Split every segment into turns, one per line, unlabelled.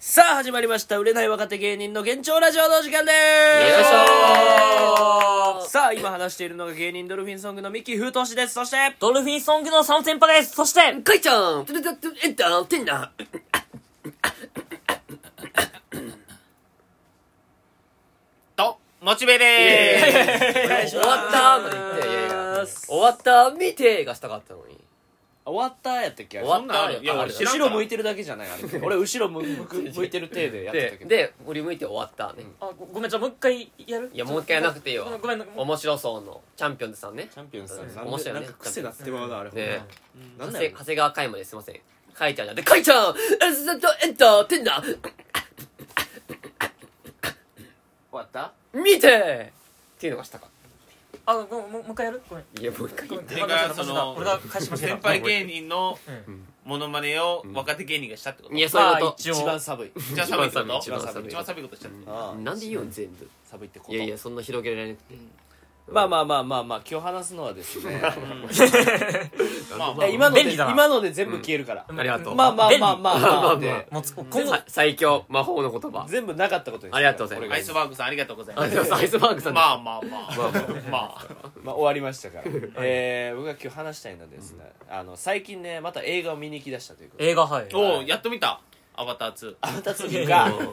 さあ始まりました売れない若手芸人の現状ラジオのお時間で
よいし
ー
ょ
すさあ今話しているのが芸人ドルフィンソングのミキフートシですそして
ドルフィンソングのサムセンパですそして
かいちゃんトゥルトゥルトゥルエンターテイナー
とモチベ
イ
で
エ
お願いし
終
ます
わったまで言っていやいや終わった見てがしたかったのに
終わったやったっけあれ
終わったある
いや俺知らん
後ろ向いてるだけじゃないあれ 俺後ろ向く向いてる体でやってた
で
けど
で振り向いて終わったね
あごごめんじゃあもう一回やる
いやもう一回やらなくていいよ
ごめんごめん
面白そうのチャンピオンズさんね
チャンピオンズさんなん
面
で
白い
な
ね
んか癖なってまうなあれほん
ね
まなん
長
だよ
谷長谷川海馬ですいませんかいちゃんじゃでかいちゃんエンスとエンターテイナー
終わった
見てっていうのがしたかっ
あごめんもうもう一回やるごめん
たいやもう一回
ご
言
め
って
ん
てかその
俺が返しました
先輩芸人のモノマネを若手芸人がしたってこと
いやそういう
まあ
こ
一番寒い
一番寒いこと
一番寒い
一番寒いことしちゃった
となんでいいよ全部
寒いってこと
いやいやそんな広げられなくて
まあまあまあまあまあ今日話すのはですね
まあま
いや今の
便
で
利だな
今ので全部消えるから
ありがとう
まあまあまあまあまあ
便利
で
もうつ今後
今後最強魔法の言葉
全部なかったことにする
ありがとうござい
俺が
ま
あアイスバーグさんありがとうござい
あ
ま
り
す
がとうございますアイスバーグさんです
まあまあまあまあまあ
まあ、終わりましたから、えー、僕が今日話したいのはですね、あの最近ねまた映画を見に行きだしたということで
映画はい
おうやっと見たアバター2
アバター2が
うん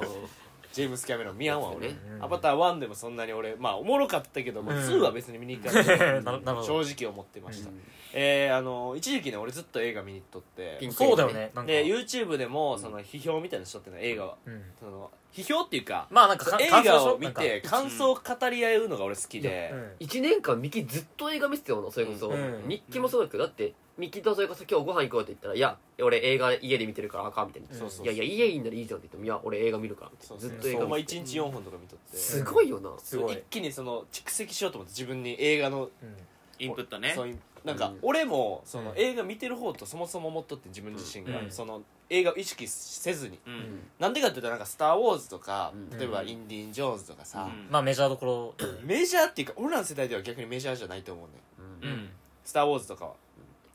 ジェームス・キャメロン見やんわ俺、
そうね
アバター1でもそんなに俺まあおもろかったけども、2は別に見に行かない
ななるほど
正直思ってました、えー、あの一時期ね俺ずっと映画見に行っとって
ピン
そうだよねなんか
で YouTube でもその批評みたいなのしとってね映画は、
うん
その批評っていうか
まあなんかか
映
感想で
画
しょ
を見て感想を語り合うのが俺好きで、
うん
1年間ミキずっと映画見せてたのそれこそ、
うん
日記もそうだけどだってミキとそれこそ今日ご飯行こうって言ったら「いや俺映画家で見てるからあかん」みたいな「
そうそうそう
いやいや家いいんならいいじゃん」って言っても「いや俺映画見るから」みたい
そう
な
そう
ずっ
そう
と映画
まあ
見
1
てて
日4本とか見とって
すごいよな
すごい
一気にその蓄積しようと思って自分に映画の
うん
インプットね
そういうなん
う
か
ん
俺もその
うん
映画見てる方とそもそも思っとって自分自身が
うん
その映画を意識せずに
うん
なんでかって言ったらなんか「スター・ウォーズ」とか
うん
例えば「インディーン・ジョーンズ」とかさ
うん
まあメジャーどころ
メジャーっていうか俺らの世代では逆にメジャーじゃないと思うね
うん
うん
スター・ウォーズ」とかは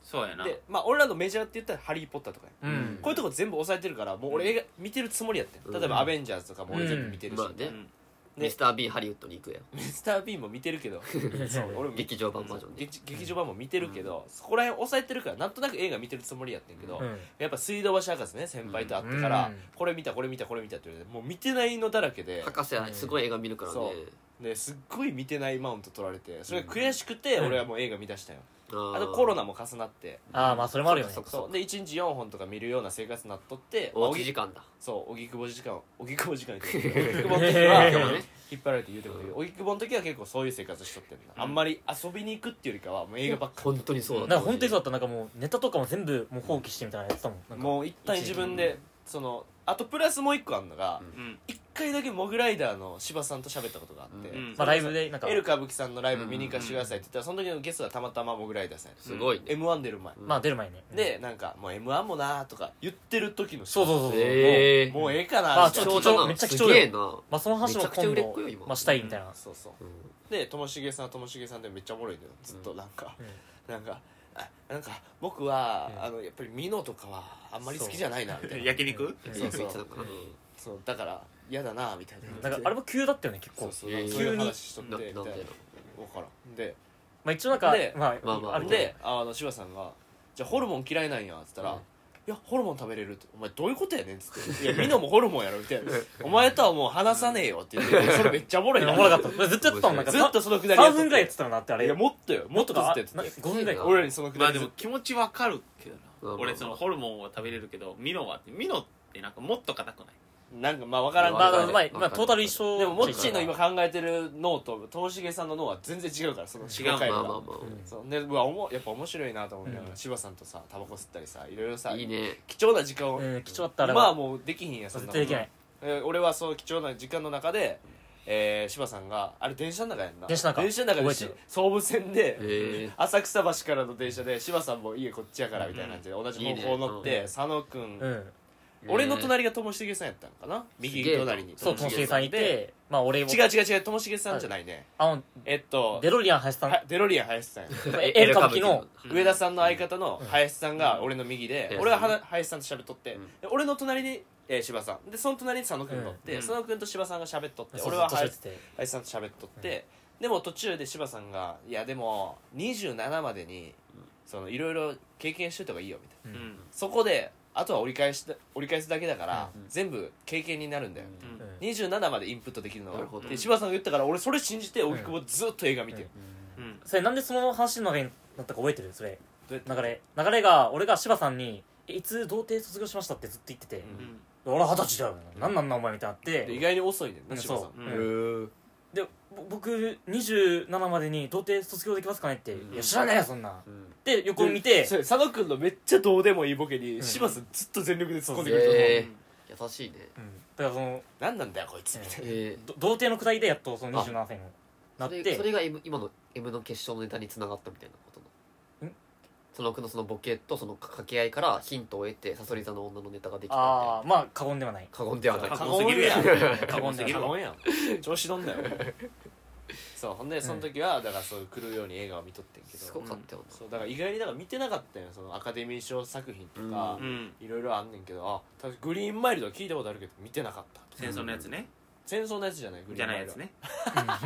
そうやな
でまあ俺らのメジャーって言ったら「ハリー・ポッター」とかや
うん
こういうとこ全部押さえてるからもう俺映画見てるつもりやってん
うん
例えば「アベンジャーズ」とかも俺全部見てるし
まあ
う
ね
ん
で
ミスター b ハリウッドに行くやん
ミスター・ビーンも見てるけど そう俺も見
劇場版バージョンで
劇劇場版も見てるけど、そこら辺抑えてるからなんとなく映画見てるつもりやってんけど、
うん
やっぱ水道橋博士ね先輩と会ってから、
うん
これ見たこれ見たこれ見たって言われてもう見てないのだらけで
博士はすごい映画見るからね
そうですっごい見てないマウント取られてそれが悔しくて
うん
俺はもう映画見出したよ、
あー
あとコロナも重なって
ああまあそれもあるよね
そっか
そうで1日4本とか見るような生活になっとって
おうち
ぎ
時間だ
そう荻窪時間荻窪時間に荻 窪の時は引っ張られて言うてもいいけど荻窪の時は結構そういう生活しとってんだ、あんまり遊びに行くっていうよりかはもう映画ばっか
本当にそうだ
なんか本当にそうだったなんかもうネタとかも全部もう放棄してみたいなやつだもんなんか
もう一旦自分でそのあとプラスもう一個あるのが
うん
一、回だけモグライダーの柴さんと喋ったことがあって、
うん
うん
まあライブでなんか
エル歌舞伎さんのライブ見に行かせてくださいって言ったらその時のゲストがたまたまモグライダーさんや
すごいね
m 1出る前、
まあ出る前ね
でなんか「もう m 1もな」とか言ってる時の
そうそうそうそう
へー
もうもうええかな
まあ
みたいな
ちょっ
貴
と
重だな
めっちゃ貴
す
重だよ
げえな
まあその話
めち
を
ゃくちゃ
今
売れっ子よ
度
今
まあしたいみたいな
そうそう
うん
でともしげさんはともしげさんでめっちゃおもろいのよずっとなんか、なんかあなんか僕は、あのやっぱりミノとかはあんまり好きじゃないなみたいな
焼肉
そうそう
いいのかな
そうだから嫌だなみたいな
なんかあれも急だったよね結
そ
構
うそう
えー
そういう話しとっ
な
てみた
ないん
な
でだろ
分からんで
まあ一応なんか
で
ま
まあまあ
あるけど
であの柴さんが「じゃあホルモン嫌いなんや」っつったら「
うん
いやホルモン食べれる」って「お前どういうことやねん」っつって「いやミノもホルモンやろ」みたいな「お前とはもう話さねえよ」って言ってそれめっちゃおもろい
お
な
もろ かったずっとやってたもんなんか
ずっとそのくだり
3分ぐらいやってたのなってあ
い
れ
やもっとよもっとずっとやってた
あ5分ぐらいか
な
俺らにそのく
ま
だり
あで
ずっ
も
と
気持ちわかるけど
まあまあ
な俺そのホルモンは食べれるけどミノはってミノってなんかもっと硬くない
なんかまあ分からん
まあ
け
まあ
ど
ま
ね
あまあトータル一緒
でもモッチ
ー
ーの今考えてる脳とともしげさんの脳は全然違うからその
違う
回
ま
が
あまあま
そうねうわおもやっぱ面白いなと思いなが
う
ら柴さんとさタバコ吸ったりさいろいろ
あ
さ
いいね
貴重な時間を
うん貴重だったあれ
今は
は
もうできひんやそん
絶
なこ
対
と
できない
えー俺はそう貴重な時間の中で、えー、柴さんがあれ電車の中やんな
電車の中
の中で
覚えて
し
る
総武線
へ
で
ー
浅草橋からの電車で柴さんも家こっちやからみたいな感じで同じ方向乗っ
いい
て
ね
佐野くん、
うん
俺の隣がともしげさんやったんかな右隣に
そうともしげさんいてまあ俺も
違う違う違うともしげさんじゃないね、
あの
えっと
デロリアン林さん
はデロリアン林さんや
えエル歌舞伎の
上田さんの相方の林さんが俺の右で、
うん
俺ははな林さんと喋っとって、
うん
で俺の隣にえー芝さんでその隣に佐野くん乗って、
うん
佐野くんと芝さんが喋っとって、
そう
俺は
ずっと喋
林
ってて
林さんと喋っとって、でも途中で柴さんが「いやでも27までにそのいろいろ経験しといた方がいいよ」みたいな
うんうん
そこであとは折り返し折り返すだけだから、
うん
全部経験になるんだよ、みたい
うん
うん
な27までインプットできるの
な
が
るほど
で柴さんが言ったから俺それ信じて荻窪ずっと映画見てる、
うん
それなんでその話の流れになったか覚えてるそれ
どうやって
流れ流れが俺が柴さんに「えいつ童貞卒業しました」ってずっと言ってて
うん
うん
「俺は二十歳だよ何なんなんお前」みたいになっ
で意
て
外に遅いねん
う
なん柴さん、
そ
う
ううん
う
ん
ん
でぼ僕27までに童貞卒業できますかねって「
うん
いや知らないよそんな
う」ん
で横見て
そう佐野くんのめっちゃどうでもいいボケに
ん
柴さんずっと全力で突っ込んでくると思う、
えー優しいね
うんだからその
何なんだよこいつみたいな、
え
ど童貞のくだりでやっとその27歳に
ー
なっ
それそれ
て
が M 今の M の決勝のネタに繋がったみたいなことなんその奥のそのボケとその掛け合いからヒントを得てサソリ座の女のネタができたみたいな
ああまあ過言ではない
過言ではない
過
過
言
言
すぎるやん
過
過言すぎるわ
やん調子乗んなよそうほんでその時はだからそう狂うように映画を見とってんけど
すごかったよ
そうだから意外にだから見てなかったんよそのアカデミー賞作品とか
う
うん
いろいろあんねんけどあ確かグリーンマイルドは聞いたことあるけど見てなかった
戦争のやつね
戦争のやつじゃないグリ
じ
ー
ゃ
ン
な
マ
い
イ
や
ル
つ
は
ね
な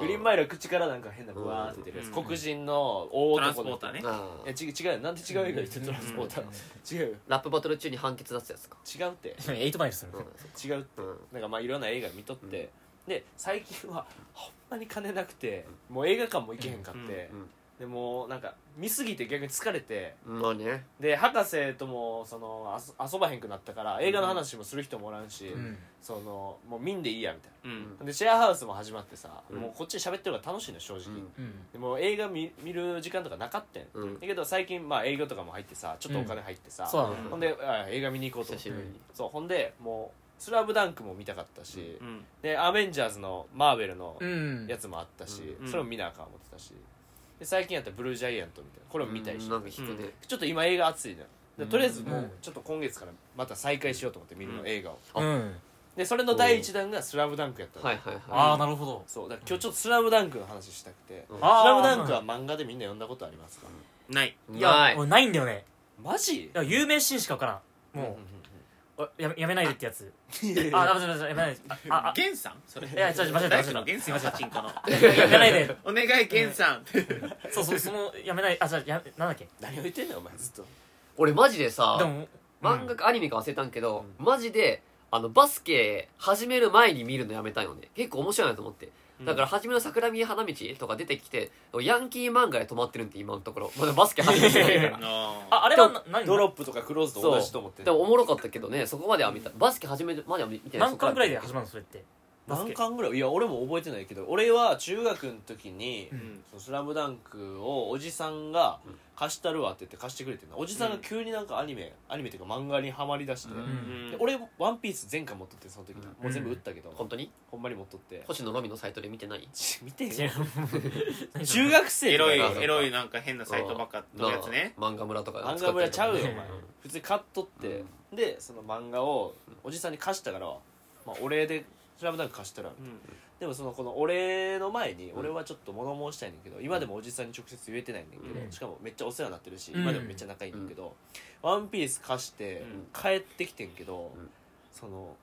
グリーンマイルは口からなんか変なブワーって出るやつ
うん
黒人の大
トランス
男
ポ
の
ー
人
ターね
あ
いやち違うよなんで違う映画言ってんのトランスポーター違うよ
ラップバトル中に判決出すやつか
違うって
エイトマイルする
うん
違うって、
うん
なんかまあいろんな映画見とって、で最近はほんまに金なくてもう映画館も行けへんかって、
うんうん
でもうなんか見すぎて逆に疲れて
まあね
で博士ともそのあそ遊ばへんくなったから映画の話もする人もおらんし、
うん
そのもう見んでいいやみたい
うん
なでシェアハウスも始まってさ、
うん
もうこっちで喋ってる方が楽しいのよ正直、
うん
うん
でもう映画見見る時間とかなかったんよ、
うん
だけど最近まあ営業とかも入ってさちょっとお金入ってさ、
そうだ
う
ね
ほんであ映画見に行こうと
久
思っ
してぶりに
そうほんでもう「スラムダンクも見たかったし、
うん
でアベンジャーズのマーベルの
うん
やつもあったし、
うん
それも見なあかん思ってたしで最近やったらブルージャイアントみたいなこれも見たいし、
うんなんか引くね
ちょっと今映画熱いのよでとりあえずも
う
うんちょっと今月からまた再開しようと思って見るの、
うん
映画を
うん
でそれの第一弾が「スラムダンクやったの、
はいはいはい
ああなるほど
そうだから今日ちょっと「スラムダンクの話したくて「
うん
ス
あー
ラムダンクは漫画でみんな読んだことありますか
ない
い
な
や
い
俺ないんだよね
マジ
いや有名シーンしか分からんもうおやめやめないでってやつああダメダメダメやめないでああ
ゲンさんそれい
やちょっと間違えた
大好きなゲンさんパチンコの
や めないで
お願いゲンさん
そうそうそのやめないあじゃあやなんだっけ
何を言ってんだよお前ずっと
俺マジでさ
でも
漫画かアニメか忘れたんけど、マジであのバスケ始める前に見るのやめたよね結構面白いなと思ってだから初めの桜見え花道とか出てきてヤンキー漫画で止まってるんで今のところまだバスケ始めてない から
あ
ああれはな 何
ドロップとかクローズと同じと思って
でもおもろかったけどねそこまでは見たバスケ始めるまでは見てない
何巻ぐらいで
そ
始
こ
まるのそれってバスケ
何巻ぐらいいや俺も覚えてないけど俺は中学の時に
ん
「そのスラムダンクをおじさんが貸したるわって言って貸してくれてんのおじさんが急になんかアニメ、アニメっていうか漫画にはまりだして、
うん
で俺「ワンピース全巻持っとってその時に、
うん
もう全部売ったけど、
まで本当に
ほんまに持っとって
星野ロミのサイトで見てない
ち見て
違
よ
う何それ
中学生
エ
み
ロ
た
い
いな
エロいなんか変なサイトばっかのやつね
なあ漫画村とか
漫画村ちゃうよお
うん
前普通に買っとって、でその漫画をおじさんに貸したから、まあ、お礼で「スラムダンク貸したらでもそのこの俺の前に
うん
俺はちょっと物申したいねんだけど今でもおじさんに直接言えてないねんだけど、
うん
しかもめっちゃお世話になってるし、
うん
今でもめっちゃ仲いいんだけど「ワンピース貸して
うん
帰ってきてんけど、
うん
その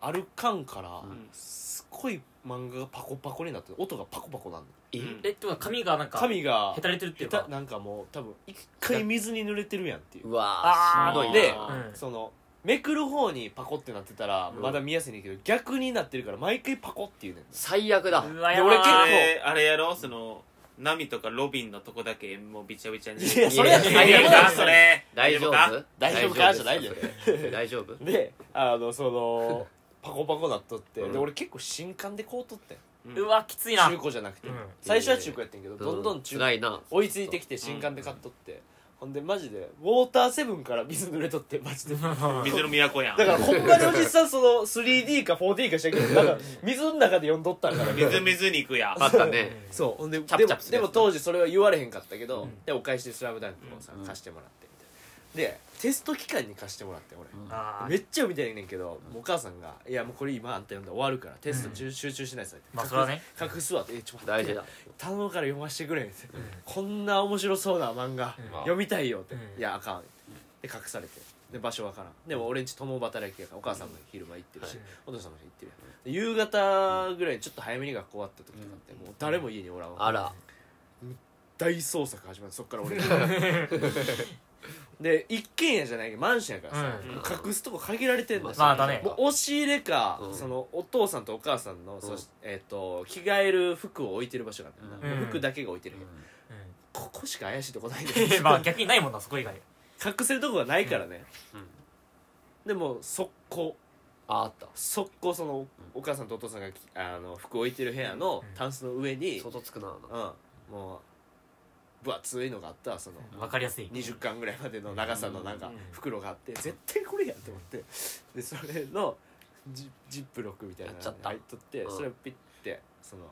歩かんから
うん
すっごい漫画がパコパコになって音がパコパコなんの
え
うん
えってことは髪がなんか
髪が
へたれてるっていう
下
か
手なんかもう多分一回水に濡れてるやんっていうう
わあ
あ
しん
ー
どい
で
な
うん
そのめくる方にパコってなってたらまだ見やすいねんけど、逆になってるから毎回パコって言うねん
最悪だ
うわ
で
やば
俺
い
結
あ
構
れあれやろそのナミとかロビンのとこだけもうびちゃびちゃに
いやそれやったら
大丈夫
や
か
ばい
それ
大丈夫
か
大丈夫か
大丈夫ですかそれ大丈夫
であのそのパコパコなっとって、
うん
で俺結構新刊でこうとってん
うわきついな
中古じゃなくて、
うん
最初は中古やってんけど、 どんどん中
辛
古
いな
追いついてきて新刊で買っとって、ほんでマジでウォーターセブンから水濡れとってマジでだ
水の都やん
からほんまにおじさんその 3D か 4D かしたけどなんか水の中で読んどったんから
水水肉や
あったね
そうほんで
チャプチャプする
でもで
やつ
も当時それは言われへんかったけど、
うん
でお返しで「スラムダンクをさ、
うん
貸してもらってみたいなでテスト期間に貸してもらって俺、
うん
あ
め
ー
っちゃ読みたいねんけど、もうお母さんが「いやもうこれ今あんた読んだら終わるからテスト中、集中しないさ」って
まあそれはね
隠すわって「えちょっと待
大
って
事だ
頼むから読ませてくれ」って、こんな面白そうな漫画、
うん
読みたいよ」って「
うん
いやあかん」ってで隠されてで場所わからんでも俺んち共働きやからお母さんも昼間行ってるし、
は
お父さんも行ってるやんで夕方ぐらいにちょっと早めに学校終わった時とかってもう誰も家におらんわ
あら
大捜索始まるそっから 俺で一軒家じゃないけどマンションやからさ、
うん
もう隠すとこ限られてんの
ま
よ
あ
まあだね
もう押し入れか、
うん
そのお父さんとお母さんの、そしえっと着替える服を置いてる場所があるんだよな
うん
服だけが置いてる、
う
ここしか怪しいとこないん
ん
だよ
まあ逆にないもんなそこ以外
隠せるとこがないからね、
うん
でも速攻
ああった
速攻そのお母さんとお父さんがきあの服置いてる部屋の
うん
タンスの上に、うん
外つくなあの
もう分厚いのがあったその
わかりやすい
20巻ぐらいまでの長さのなん
う
か
ん
袋があって絶対これやと思ってでそれのジジップロックみたいなの
やっちゃ
が
った
入っとって
うん
それをピッてその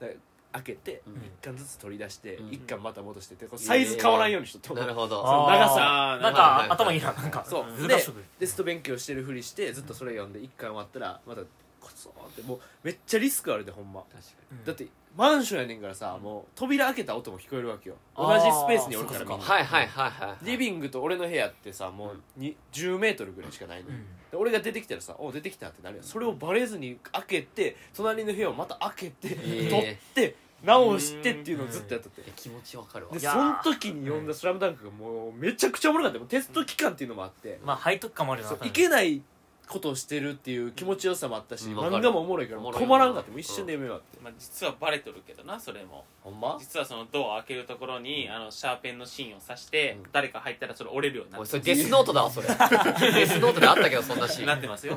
だ開けて
うん
1巻ずつ取り出して
うん
1巻また戻してってこうサイズ変わらんようにしとった
なるほど
あー
長
さ
なん
はいはい
か
はい
頭いいななんか
そう
ず
で
らしとく
テスト勉強してるふりしてずっとそれ読んで1巻終わったらまたコツーンってもうめっちゃリスクあるでほんま
確か
うん
だってマンションやねんからさもう扉開けた音も聞こえるわけよ同じスペースにおるから
あーそっかそっ
み
か
んな
にはいはいはいはい
リビングと俺の部屋ってさもうに10メートルぐらいしかないの
う
よ、
ん
で俺が出てきたらさ「お出てきた」ってなるやんそれをバレずに開けて隣の部屋をまた開けて、
ー
取って直してっていうのをずっとやっとって
え気持ちわかるわ
で
いやー
その時に読んだ「スラムダンクがもうめちゃくちゃおもろかったよテスト期間っていうのもあって、
まあ背徳感もあるよな
そう
多分
いけないことをしてるっていう気持ちよさもあったし、
うんわかる
漫画もおもろいから
お
も
も
う止
ろい
まらんかってもう一瞬で読めようって、
まあ、実はバレとるけどなそれも
ほんま
実はそのドア開けるところに、あのシャーペンの芯を刺して、
うん
誰か入ったらそれ折れるようにな
おい
っ
それデスノートだわそれデスノートであったけどそんなシーン
な
あ
っ
って
ま すよ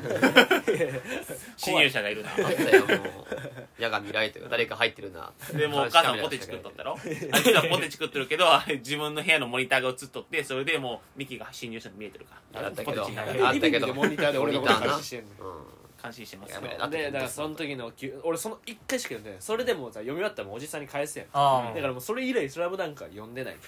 侵入者がいるな
たよもう矢神ライトよ誰か入ってるな
でもうお母さんポテチ食っとったろあいつはポテチ食ってるけどあれ自分の部屋のモニターが映っとってそれでもうミキが侵入者に見えてるから
あったけど
ポテチが
あった
リビ
け
ング
ど
でモニターで俺のこと
モニター
監
な
視してんの
うん
感心してます
や
よ
めろ
そうで
だって
だからその時のき俺その1回しか読んでないそれでもさ読み終わったらもうおじさんに返すやん
あ
だからもうそれ以来「スラムダンクは読んでない
あ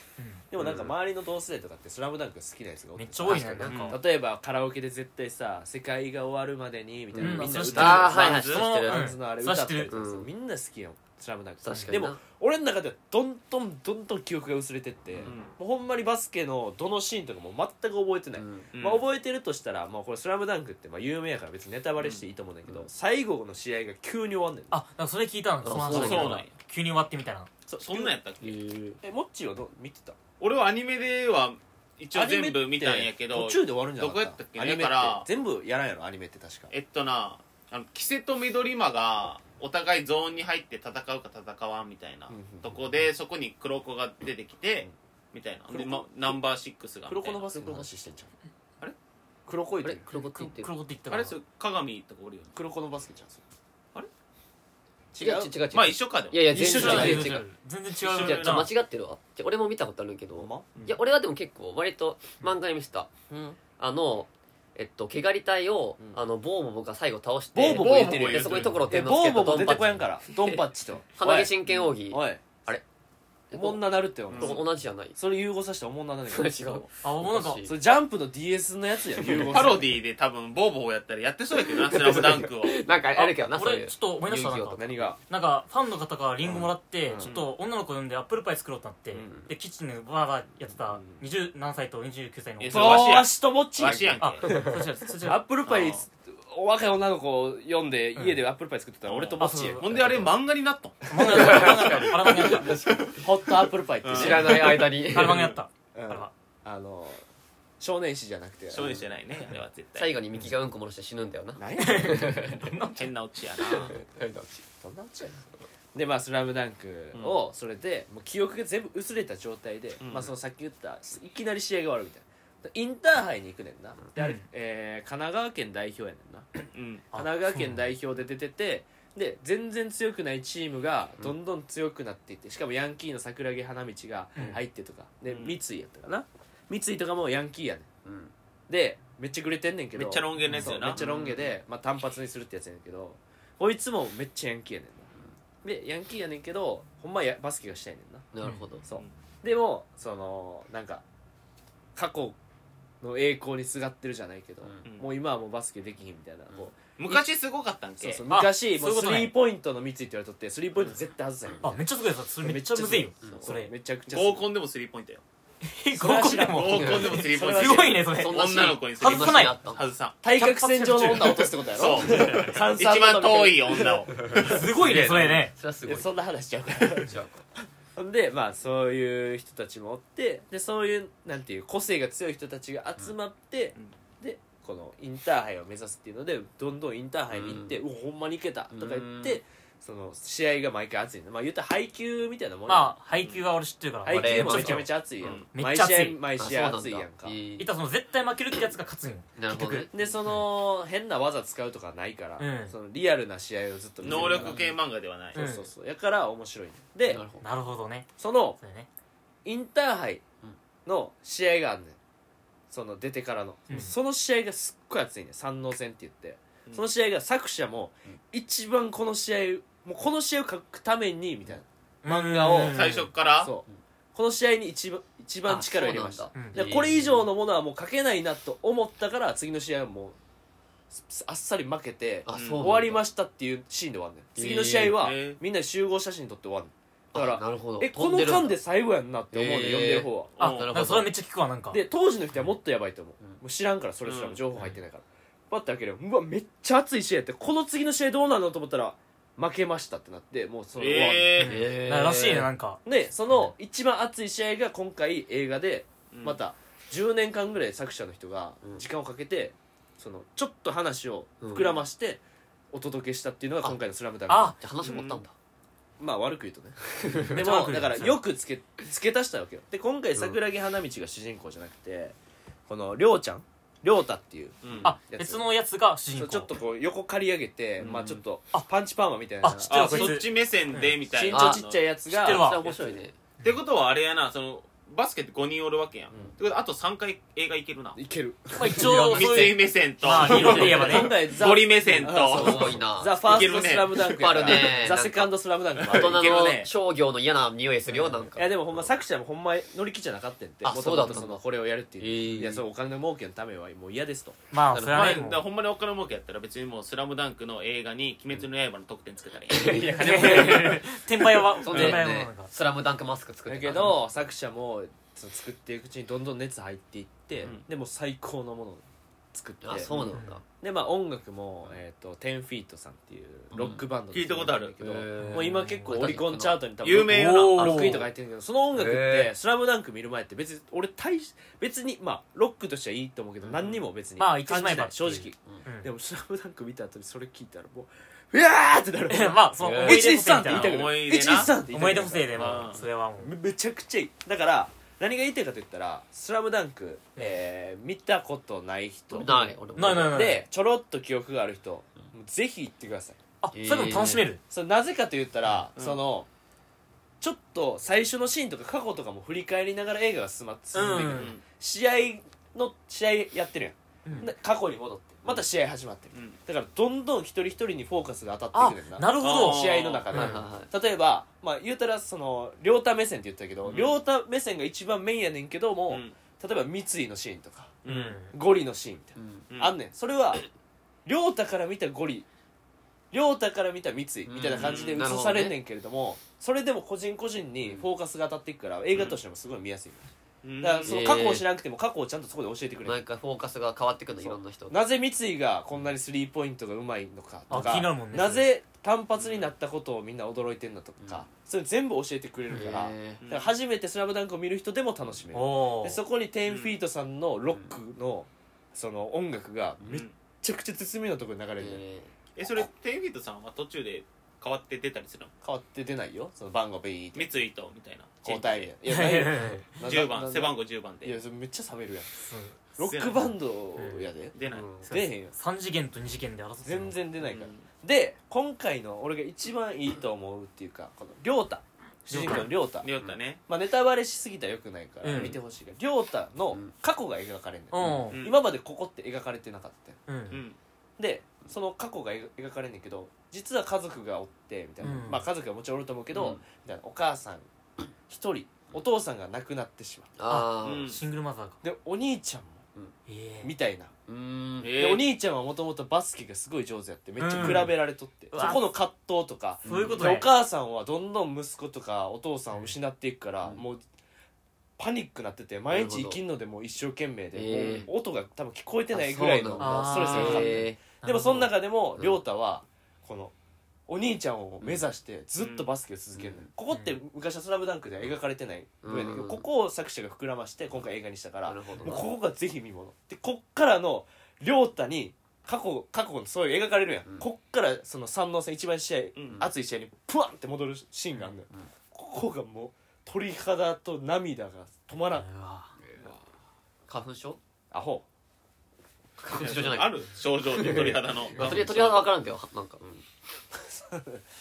でもなんか周りの同世代とかって「スラムダンク好きなやつが多
めっ
い
ちゃ多いね
確かに
なんか
例えばカラオケで絶対さ「世界が終わるまでに」みたいな、
うん
みんな歌って
あ
ああ
た
はいはい知って
そ
る
の
知ってる
うん
のあれ
そ
歌
れは知
っ
ってて
る
る
とかさ
うん
みんな好きやん「スラムダンク
確かにな
でも俺の中ではどんどんどんどん記憶が薄れてって、
うん
もうほんまにバスケのどのシーンとかも全く覚えてない、
うん
うん
まあ、覚えてるとしたら、まあ、これ「スラムダンクってまあ有名やから別にネタバレしていいと思うんだけど、
うん
最後の試合が急に終わんねん
あなんかそれ聞いたのその話
あそう
そうなんや
急に終わってみたいな
そ
そんなんやったっけ
えモッチーはど見てた
俺はアニメでは一応全部見たんやけ
アニメ
ど
って途中で終わるんじゃなかった
どこやったっけ
アニメって
だから
全部やらんやろアニメって確か
えっとなあのキセとミドリマがお互いゾーンに入って戦うか戦わんみたいな
うんうんうん
とこでそこに黒子が出てきてみたいな
黒
で
子
まナンバー6が
黒
みた
子
い
の
な
バスケの話してんじゃん
あれ
黒子い
あれ
て
黒子って言ってる
黒子って言ったか
あ
ら
れそれ鏡とかおるよね
黒子のバスケじゃんそ
違う
れ違う
違う違う
まあ一緒かでも
いやいや
一緒
全
じゃない
然違う違
全然違
う
う全然
一緒
違う
じゃあじゃあ
な
間違ってるわじゃあ俺も見たことあるけど
ほんま
うん
いや俺はでも結構割と漫画に見せた
うん
あのえっと毛刈り隊を
うん
あのボーボボが最後倒して
ボーボボ言ってる
ボーボボ言って
で
る
そこにところ
え
天之
ボ
助
ーボ
と
も
ド
出
ンパ
てこや
チ
んからドンパッチと
鼻毛真剣奥義
おい
あれ
おもんななるってお前
うん
同じじゃない
それ融合させておもんななんだけど
違う
あもうなん
おか
か
しい
それジャンプの DS のやつや融合
パロディで多分ボーボーやったらやってそうやけどな「スラムダンクを
なんかあるけどなそうい
俺
う
ちょっと思い出したなん
遊戯王
か
と
何が
なんかファンの方からリンゴもらって、
うん
ちょっと女の子呼んでアップルパイ作ろうってなって、
うん
でキッチンでバーバーやって
う
た
ん
27歳と29歳の
え
そ
そうれわしや
わしとモッチー
わしやん
あ
け
それ違うそれ
ア
違
ッ
う
プルパイ
あー
お若い女の子を読んで
うん
家でアップルパイ作ってたら俺とモッチ
あそ
ー
う
ほんであれ漫画になったん
漫画やった漫画やったアラマンやった
ホットアップルパイって
うん
知らない間に
アラマンやった
うん
あれは
あの少年誌じゃなくて
少年じゃないねあれは絶
最
対
後にミキがうんこ漏らして死ぬんだよな
何やねん
変なオチやな
どんなうちやねんでまあ「スラムダンクをそれで、もう記憶が全部薄れた状態で、
うん
まあ、そのさっき言ったいきなり試合が終わるみたいなインターハイに行くねんな、であれ
うん
えー神奈川県代表やねんな
うん
神奈川県代表で出ててで全然強くないチームがどんどん強くなっていってしかもヤンキーの桜木花道が入ってとか、で
うん
三井やったかな三井とかもヤンキーやねん
うん
でめっちゃくれてんねんけど
めっちゃロン毛のやつ
そう
やな
めっちゃロン毛で、まあ、単発にするってやつやねんけどこいつもめっちゃヤンキーやねんなでヤンキーやねんけどほんまはやバスケがしたいねんな
なるほど
そう
うん
でもそのなんか過去の栄光にすがってるじゃないけど、
うん
もう今はもうバスケできひんみたいな、こう
昔すごかったん
そう
け
そう
あ
昔も
そう
う
いうこ
ス
とね
リーポイントの三井って言われとってスリーポイント絶対外せへんみたい
あ
な
めっちゃすごいやつそれめっちゃむずいよ
そう
それ
めちゃくちゃ
合コンでもスリーポイントよ
合コンで
合
も
コンでもスリーポイント
すごいねそれ
そんな
女の子にスリー
外
ポイン
さない
あった
ト外さん
対角線上の女を落とすってことや
そ
ろ
う
三
一
三
番
の中
遠
に
い女を
すごいねそれね
それはす
い
ごい
やそんな話しちゃうから
じゃあ
ほんでまあそういう人たちもおってでそういうなんていう個性が強い人たちが集まって、でこのインターハイを目指すっていうのでどんどんインターハイに行って「うおほんまに行けた」とか言って、
う
その試合が毎回熱いのまあ言ったら配給みたいなもんやん
まあ配給は俺知ってるから
配
俺
球もめちゃめ
い
ちゃ熱いやん、
うん
めっちゃ熱い
毎試合毎試合熱いやんか
あそうなんだ
たらその絶対負けるってやつが勝つんよ
なるほどね
でその変な技使うとかないから、
うん
そのリアルな試合をずっと見てる
能
から
力系漫画ではない
そうそうそうやから面白いねで
なるほど
なるほどね
その
そうだね
インターハイの試合があんねんその出てからの、
うん
その試合がすっごい熱いねん山王戦って言って、
うん
その試合が作者も一番この試合もうこの試合を書くためにみたい
漫
画を
最初から
なそうこの試合に一番一番力を入れまし
あ
た
そうなん
う
でこれ以上のものはもう書けないなと思ったから次の試合はもうすあっさり負けて
だあそう
終わりま
し
したっていうシーンで終わんねん次の試合は
へー
みんなで集合写真撮って終わんねんだ
た
から
なるほど
えこの間で最後やんなって思うねん
へー
読んでる方は
あ
うん
なるほどそれめっちゃ聞くわなんか
で当時の人はもっとやばいと思う,、
うん
もう知らんからそれすら
う
も
ん
情報入ってないから、パッて開けるようわめっちゃ熱い試合やってこの次の試合どうなるのと思ったら負けましたってなってもうその終わる、
えー
え
ならしいねなんか
でその一番熱い試合が今回映画で
うん
また10年間ぐらい作者の人が
うん
時間をかけてそのちょっと話を膨らましてお届けしたっていうのが今回の「スラムダンク
あ
じゃあ話持ったんだ
まあ悪く言うとねで
め っちゃ悪
も
く言う
だからよくつけ付け足したわけよで今回桜木花道が主人公じゃなくてこのりょうちゃんりょうたっていう
うん
あ別のやつが主人
そう
公
ちょっとこう横刈り上げて、
うん
まあちょっと
あ
パンチパーマみたいな
あ知ってる
あ
こいつ
そっち目線でみたい
身
な
長ちっちゃいやつ
知っ
が
てるわ
それ面白いね
ってことはあれやなそのバスケって5人おるわけやん、
ん
ってことはあと3回映画いけるな
うんいける
まあ一応そう
三
い
井
う
目線と、
まあ理論で言えばね
今回ザ
ゴリ目線と
あそう
多いな
ザ・ファー
いけ
スト
るね
スラムダンクやから
いっぱいあるね
ザ・セカンドスラムダンクもあ
大
る
人
いけるね
の商業の嫌な匂いするよなん
い
か
やでもほんま作者もほんま乗り気じゃなかったんても
あそ
と
う
も
だっ
と
たんだ
そのこれをやるっていう、
へえ
いやそうお金儲けのためはもう嫌ですと
まあそれは
まあ、
ね
だか
もう
らほんまにお金儲けやったら別にもう「スラムダンクの映画に「鬼滅の刃」の得点つけたらいい
いやでも転売は
そん
転
で
売は
ね
なんか
スラムダンクマスク作って
だ
た
けど作者もその作っていくうちにどんどん熱入っていって、
うん
でもう最高のものを作って
あそうなんだ
でまあ音楽も、えー、と10フィートさんっていうロックバンドの
うん聞いたことある
だけど
へー
もう今結構オリコンチャートに多分
有名やな
おー
6位とか入ってるけどその音楽っ
へ
て「
ー
スラムダンク見る前って別に俺大し別にまあロックとしてはいいと思うけど何にも別に
まあ
感
言っ
じ
てしまえば
ない正直
うん
でも「スラムダンク見た後にそれ聞いたらもう「うわ!」ってなる
まあその思い出補正
123
み
って
た
言いた
い
くな
な
る
思い出な
123って言いたくなる
思い出補正でま
う
あ
ん
それはもう
めめちゃくちゃいいだから何が言いたいかと言ったら「スラムダンク、えー見たことない人
ない俺も
ないないない
でちょろっと記憶がある人もうぜひ行ってください
あそれでも楽しめる
それなぜかと言ったら、
うん
そのちょっと最初のシーンとか過去とかも振り返りながら映画が進ま進んでいく、
うん
試合の試合やってるやん、
うん
で過去に戻ってまた試合始まってる、
うん
だからどんどん一人一人にフォーカスが当たっ
あ
てくるんだ
なるほ
あ
ど
ー
試合の中で、
うん
はいはいはい
例えば、まあ、言うたらその両太目線って言ったけど、
ん
両太目線が一番メインやねんけども、
うん
例えば三井のシーンとか
うん
ゴリのシーンみたいな、
うん
うん
あんねんそれは亮太から見たゴリ亮太から見た三井みたいな感じで映されんねんけれども、それでも個人個人にフォーカスが当たっていくから映画としてもすごい見やすい、
うん
だからその過去を知らなくても過去をちゃんとそこで教えてくれる、
毎回フォーカスが変わってくるのいろんな人
なぜ三井がこんなにスリーポイントがうまいのかと
あ
か
気になるもんね
ぜ単発になったことをみんな驚いてんのとか、それ全部教えてくれるから,、
へ
だから初めて「スラムダンクを見る人でも楽しめる
お
で
ー
そこにテンフィートさんのロックのその音楽が
うん
めっちゃくちゃ絶妙なところに流れるのよ
へ
えそれテイフィートさんは途中で変わって出たりするの
変わって出ないよその番号ビーって
三井とみたいな
交代でい
10番背番
号
号10番
いや
で
それめっちゃ冷めるやん
そう
ロックバンドやで
出ない、
うん
そう
出えへんよ
三次元と二次元で争ってたの
全然出ないから、
う
で今回の俺が一番いいと思うっていうかこの亮太主人公の亮太
ん、りょうたね、
まあ、ネタバレしすぎたらよくないから
うん
見てほしいが亮太の過去が描かれんねん、
う
うん
ん
今までここって描かれてなかったよ
う
うんん
でその過去が描描かれんねんけど実は家族がおってみたいな、
うん
まあ家族はもちろんおると思うけど、
うん
みたいなお母さん一人お父さんが亡くなってしまう
あ
うん
シングルマザーか
でお兄ちゃんも
ええ
みたいな、
ーうん
え
で
ー
お兄ちゃんはもともとバスケがすごい上手やってめっちゃ比べられとって、
うん
そこの葛藤とか、
そういうこと
でお
ね
母さんはどんどん息子とかお父さんを失っていくから、
うん
もうパニックなってて毎日生きんのでもう一生懸命で、
えー
もう音が多分聞こえてないぐらいの
あ
ストレスがかか
そうなんだ
って
え
でもその中でも
うん
亮太はこのお兄ちゃんを目指してずっとバスケを続けるのよ、
うん
ここって昔は「スラムダンクでは描かれてない部分だけど、
うん
ここを作者が膨らまして今回映画にしたか
ー
ら
なるほど
もう
な
ここがぜひ見ものでこっからの亮太に過去過去のそういう描かれるやん、
うん
こっからその三能戦一番試合、
うん
熱い試合にプワンって戻るシーンがあるのよ、
うん
ここがもう鳥肌と涙が止まらん
うわ
花粉症
アホ
花粉症じゃない
ある症状で鳥肌の
まあとりあえずとりあえず分からんだよなんかうん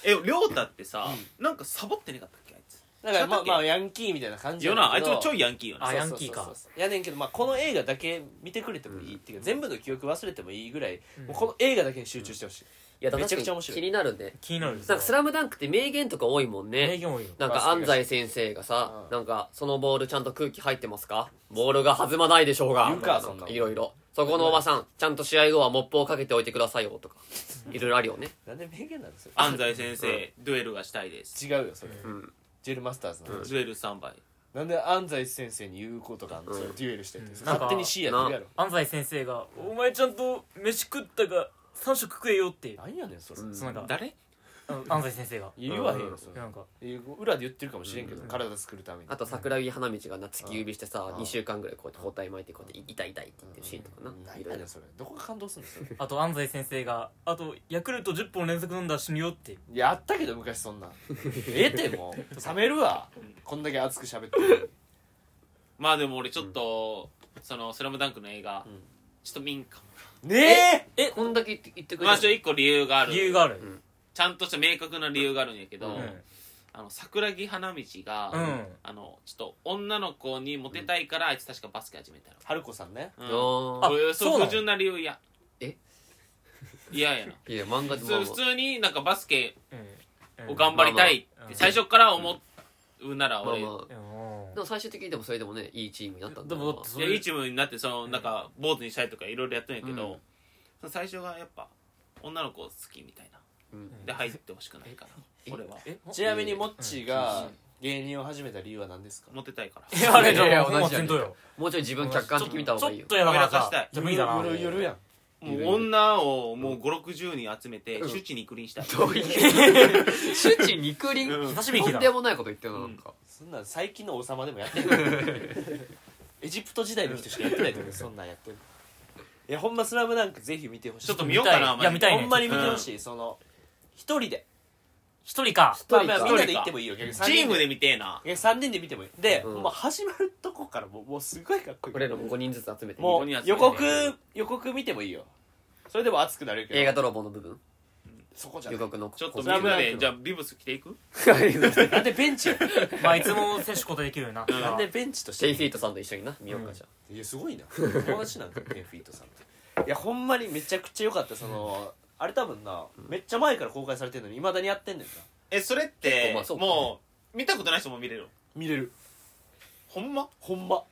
え亮太ってさ、なんかサボってなかったっけあいつ
だからまあ
ちゃんと
まあヤンキーみたいな感じ
よなあいつもちょ
い
いヤンキーよな
あヤンキーか
やねんけど、まあ、この映画だけ見てくれてもいい、
うん
っていうか全部の記憶忘れてもいいぐらい、
うん
もうこの映画だけに集中してほしい、
いや
めちゃくちゃ面白い
気になるね
気になる
なんか「スラムダンクって名言とか多いもん
名
ね
言多いよ
なんか安西先生がさ、
うん
なんかそのボールちゃんと空気入ってますかボールが弾まないでしょうが
言うか
と
そんなの
いろいろそこのおばさんちゃんと試合後はモップをかけておいてくださいよとかいろいろあるよね
なんで名言なんですよ
安西先生、デュエルがしたいです
違うよそれ、
うん
ジェルマスターズの、
デュエル3倍
なんで安西先生に言うことがあんの、それデュエルしてって、
うん
勝手に C やってるやろ
安西先生が「お前ちゃんと飯食ったが3食食えよ」って
なんやねんそれ、
うん
そのなんか
誰
あの安西先生が
言わへんよそれ
なんか
言う裏で言ってるかもしれんけど、
うん
体作るために
あと桜木花道がな突き指してさ
うん
2週間ぐらいこうやって包帯巻いてこうやって痛い痛いって言ってるシーンとかな
何
いろ
や
い
ね
ろ
んそれどこが感動するんですよ
あと安西先生が「あとヤクルト10本連続飲んだら死ぬよ」って
やったけど昔そんなんええてもう冷めるわこんだけ熱く喋ってるのに
まあでも俺ちょっと、その「スラムダンクの映画、
うん
ちょっと見んかも
ねえ
えこんだけ言って言ってくれ
まあちょ
る
一個理由がある
理由がある
うん
ちゃんとした明確な理由があるんやけど、
うん
あの桜木花道が、
うん
あのちょっと女の子にモテたいから、あいつ確かバスケ始めたの
春子さんね
うん
あ
こういう
そ
そ
う
う
なの
不純な理由や
え
嫌ややな
ーいや漫画
普
で
通
も
普通になんかバスケ
うん
を頑張りたい
ま
っ
あまあ
て最初から思うなら
まあ
俺、
まあ
うん
でも最終的にでもそれでもねいいチームになったんだ
でもだってそ
いやいいチームになってそのなんか坊主にしたりとかいろいろやったんやけど、
うん
その最初がやっぱ女の子好きみたいな
うん
で入ってほしくないから
え
俺は
え
ちなみにモッチーが芸人を始めた理由は何ですか
モテたいから
いやあれ
い
じゃ
やいや
あも
同
うもう
じじゃん
全然よ
もうちょい自分客観的に見た方がいいよ
ちょっとやだから
俺ら貸した
さ
い
じゃあ無理だな
ゆるゆるやん
もう女をもう560人集めて
うん
周知にクリンしたい、
どういう主治肉林
うん
久しぶりに
と
聞い
ん
た
でもないこと言ってるななんか
そんなん最近の王様でもやって るエジプト時代の人しかやってないと思うそんなんやってるいやほんま「スラムダンクぜひ見てほしい
ちょっと見ようかな
見たいいや見たいね
ほんまに見てほしい、その一人で
一人か
人か
まあまあみんなで行ってもいいよ逆に
チームで見てえな
3人で見てもいいで、
うん
もう始まるとこからもうもうすごいかっこいい
俺らも5人ずつ集めてみ
も
る
う
人集めて
予告予告見てもいいよそれでも熱くなるけど
映画泥棒の部分
そこじゃな
予
い
告のこ
ちょっと
こ
みんな
こ
で
こ
じゃあビブス着ていく
なんでベンチ や
まあいつも選手交代できるよな
なんでベンチとし
ジェ
て
イフィートさんと一緒にな見ようかじゃ
いやすごいな友達なんかペンフィートさんっていやほんまにめちゃくちゃ良かったそのあれ多分なめっちゃ前から公開されてるのにいまだにやってんねんな
えそれって
結構まあそうか
もう見たことない人も見れる
見れる
ほんま
ほんま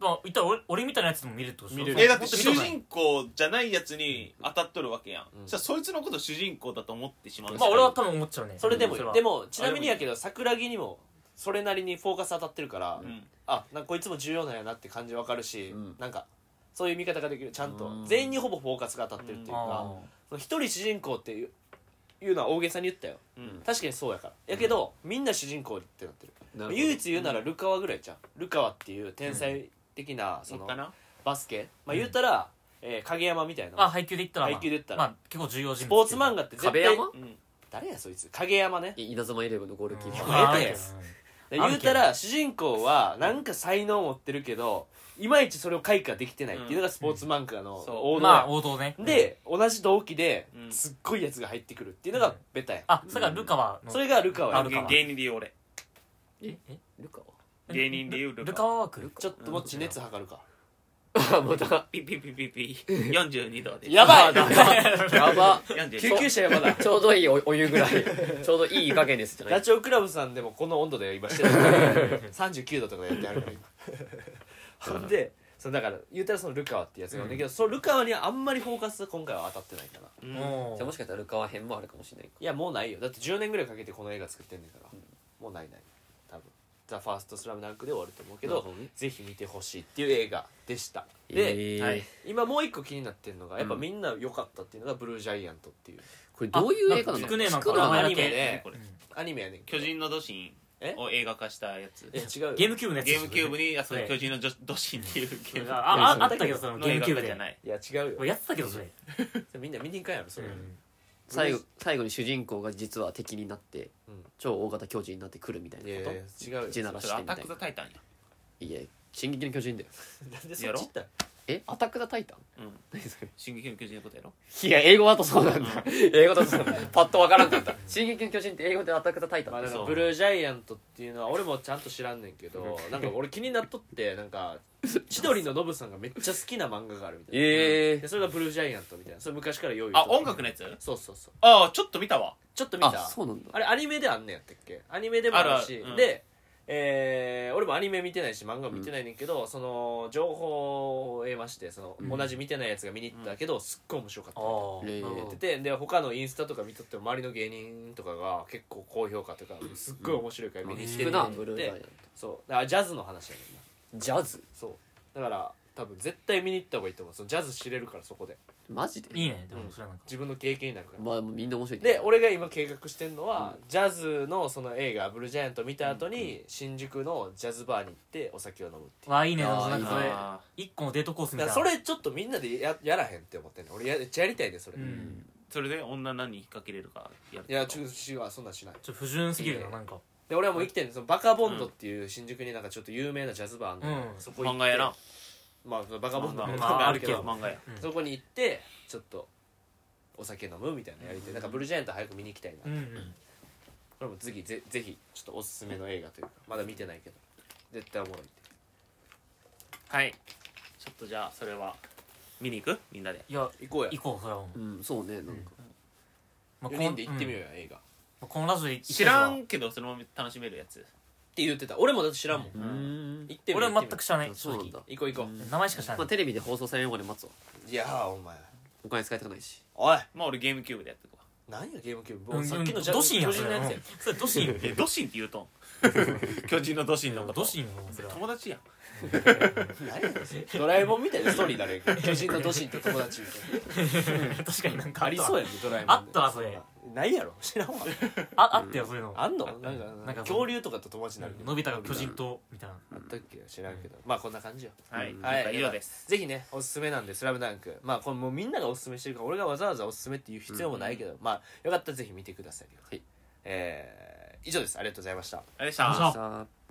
まあ言ったら俺俺みたいなやつでも見れるってことでしょ
見れる
えだって主
もと見たことない
人公じゃないやつに当たっとるわけやん、
うん
じゃあそいつのこと主人公だと思ってしまう
まあ俺は多分思っちゃうね
それでもい
うん
い
は
でもちなみにやけど桜木にもそれなりにフォーカス当たってるから、
うん
あなんかこいつも重要なんやなって感じわかるし、
うん
なんかそういう見方ができるちゃんと
うん
全員にほぼフォーカスが当たってるっていう
あ
かその一人主人公っていういうのは大げさに言ったよ
うん
確かにそうやからやけど、みんな主人公ってなってる
あ
唯一言うならルカワぐらいじゃんルカワっていう天才的な、そ
そ
の
っかな
バスケ、まあ、
うん
言うたら、えー影山みたいな
あ配球で言ったらまあ
配球で言ったら
まあ結構重要人
スポ
物
ーツ漫
画
画って絶
壁
対
山
うん
誰やそいつ影山ね
い稲妻イレブンのゴールキーパー
あええや
うん
言うたら主人公はなんか才能を持ってるけどいまいちそれを開花できてないっていうのがスポーツ漫画の
んそう
王道
まあ
や、
王道ね
で同じ同期で
うん
すっごいやつが入ってくるっていうのがベタや、
あそれからルカワの
それがルカワ
あ
や
ルカワ
芸人で言う俺
ええルカは
芸人で言うルカ
ルカワワーク
ちょっともっち熱測るか
また
ピピピピピ42度です
やばい
やば
救
42
急車やまだ
ちょうどいいおお湯ぐらいちょうどいい加減ですじゃな
ダ
い
チョウ倶楽部さんでもこの温度で今してる39度とかでやってあるから今ほんでそのだから言うたらそのルカワってやつがおんだけど、そのルカワにはあんまりフォーカス今回は当たってないかな
うん
も
じゃあもしかしたらルカは編もあるかもしれない
いやもうないよだって10年ぐらいかけてこの映画作ってんねんから、もうないない多分「ザ・ファーストスラムダンクで終わると思うけ
なる
ど
ほどね
ぜひ見てほしいっていう映画でしたで、
で、
はい
今もう一個気になってるのがやっぱ
うん
みんな良かったっていうのが「ブルージャイアント」っていう
これどういう映画な
あ
の
聞くねなんか
の
名前
は
だ
アニ
け
メで
これ
アニメやねんけ
巨
ど
人のドシ
え
ンを映画化したやつ
え違うよ
ゲームキューブのやつ
ゲームキューブにあそう
はい
巨人のドシンっていうゲ ーム
あああったけどその
の
ゲー
映
ムキュ
画化
ーブで
じゃない
いや違うよ
俺やってたけどそれ
みんな見に行かんやろそれ、
最後最後に主人公が実は敵になって、
うん
超大型巨人になってくるみたい
いやい
な
や
こ
違うよ
と地なら
そ
し
れ
てみた
アタッ
い
ク・ザ・タイタンや
ないや「進撃の巨人」だよ
なんでそっち行ったん
えアタック・ザ・タイタン
うん
何それ
進撃の巨人のことやろ
いや英語だとそうなんだ、英語だとそう なんだパッとわからんかった「進撃の巨人」って英語で「アタック・ザ・タイタン」
まあ、
だ
だから
そ
ブ
う
ルージャイアントっていうのは俺もちゃんと知らんねんけどなんか俺気になっとってなん か千鳥のノブさんがめっちゃ好きな漫画があるみたいな、
え
でそれがブルージャイアントみたいなそれ昔から用意
あ音楽のやつ
そうそうそう
ああちょっと見たわ
ちょっと見
あ
た
そうなんだ
あれアニメであんねんやったっけアニメでもあるし
あるあるうん
で、えー俺もアニメ見てないし漫画も見てないねんけど、その情報を得ましてその、
うん
同じ見てないやつが見に行ったけど、すっごい面白かった
あ
えー
やっててで他のインスタとか見とっても周りの芸人とかが結構高評価というかすっごい面白いから見に行って
聞く
るな
な
って
ブルージャイアント
そうだからジャズの話やねんな
ジャズ
そうだから多分絶対見に行った方がいいと思うそのジャズ知れるからそこで
マジで
いいねでもそれはなんか
自分の経験になるから
まあみんな面白いけど
で俺が今計画してんのは、ジャズのその映画「ブルージャイアント」見た後に、新宿のジャズバーに行ってお酒を飲むっていう
わあいいねで
あー
もなんかそ
いい
れ
あ
一個のデートコースみた
だ
い
か
な
らそれちょっとみんなでややらへんって思ってんの俺やめっちゃやりたいねそれ、
う
い
ん
ーそれで女何に引っ掛けれるかやる
やちょっとそんなんしない
ちょっと不純すぎるななんか
で俺はもう生きてんのそのバカボンドっていう新宿になんかちょっと有名なジャズバーあんのよ、
うん
そこ行って
漫画やな
まあそのバカボンド
漫
の漫
画
まあ
画あるけ
け
ど
ど
漫画や
うん
そこに行ってちょっとお酒飲むみたいなのやりたいなんかブルージャイアント早く見に行きたいな、
うんうん
これも次ぜぜひちょっとおすすめの映画というかまだ見てないけど絶対おもろいって
はいちょっとじゃあそれは見に行くみんなで
いや
行こうや
行こうそれはもう
うんそうねなんか
まあ
4
こん
人で行ってみよう
うん
や、映画っ
まあこのラジオで行って
知
みよう
らんけどそのまま楽しめるやつ
て言ってた俺もだって知らんもん、
う
うん
ん
行ってみよ
俺
う
は全く知らない正
そうな
直
んだ
行こう行こう、
名前しか知らな
まあ
い
テレビで放送されるまで待つわ
いやーお前
お金使いたくないし
おい
まあ俺ゲームキューブでやってくわ
何やゲームキューブ、
うんうん
さっきのジャ
ドシンやん
巨
そ
人
れ
のやつや
うんそれドシ ン
えドシンって言うとん 巨人のドシンのこと
ドシンのそれは
友達やん
何やねんそれドラえもんみたいなストーリーだね 巨人のドシンと友達みたいな
確かになんか
ありそう
や
やねドラえもん
あったわそれ
ないやろ知らんわ
ああったよそういうの
あんの
った
なんか
なんか
恐竜とかと友達になるけど
のび太が巨人とみたいな
あったっけ知らんけどまあこんな感じよ
はい
は
はい
い
以上です
ぜひねおすすめなんで「スラムダンクまあこれもうみんながおすすめしてるから俺がわざわざおすすめっていう必要もないけど、まあよかったらぜひ見てくださいよ
はい
えー以上ですありがとうございました
ありがとうございました
あ
さあ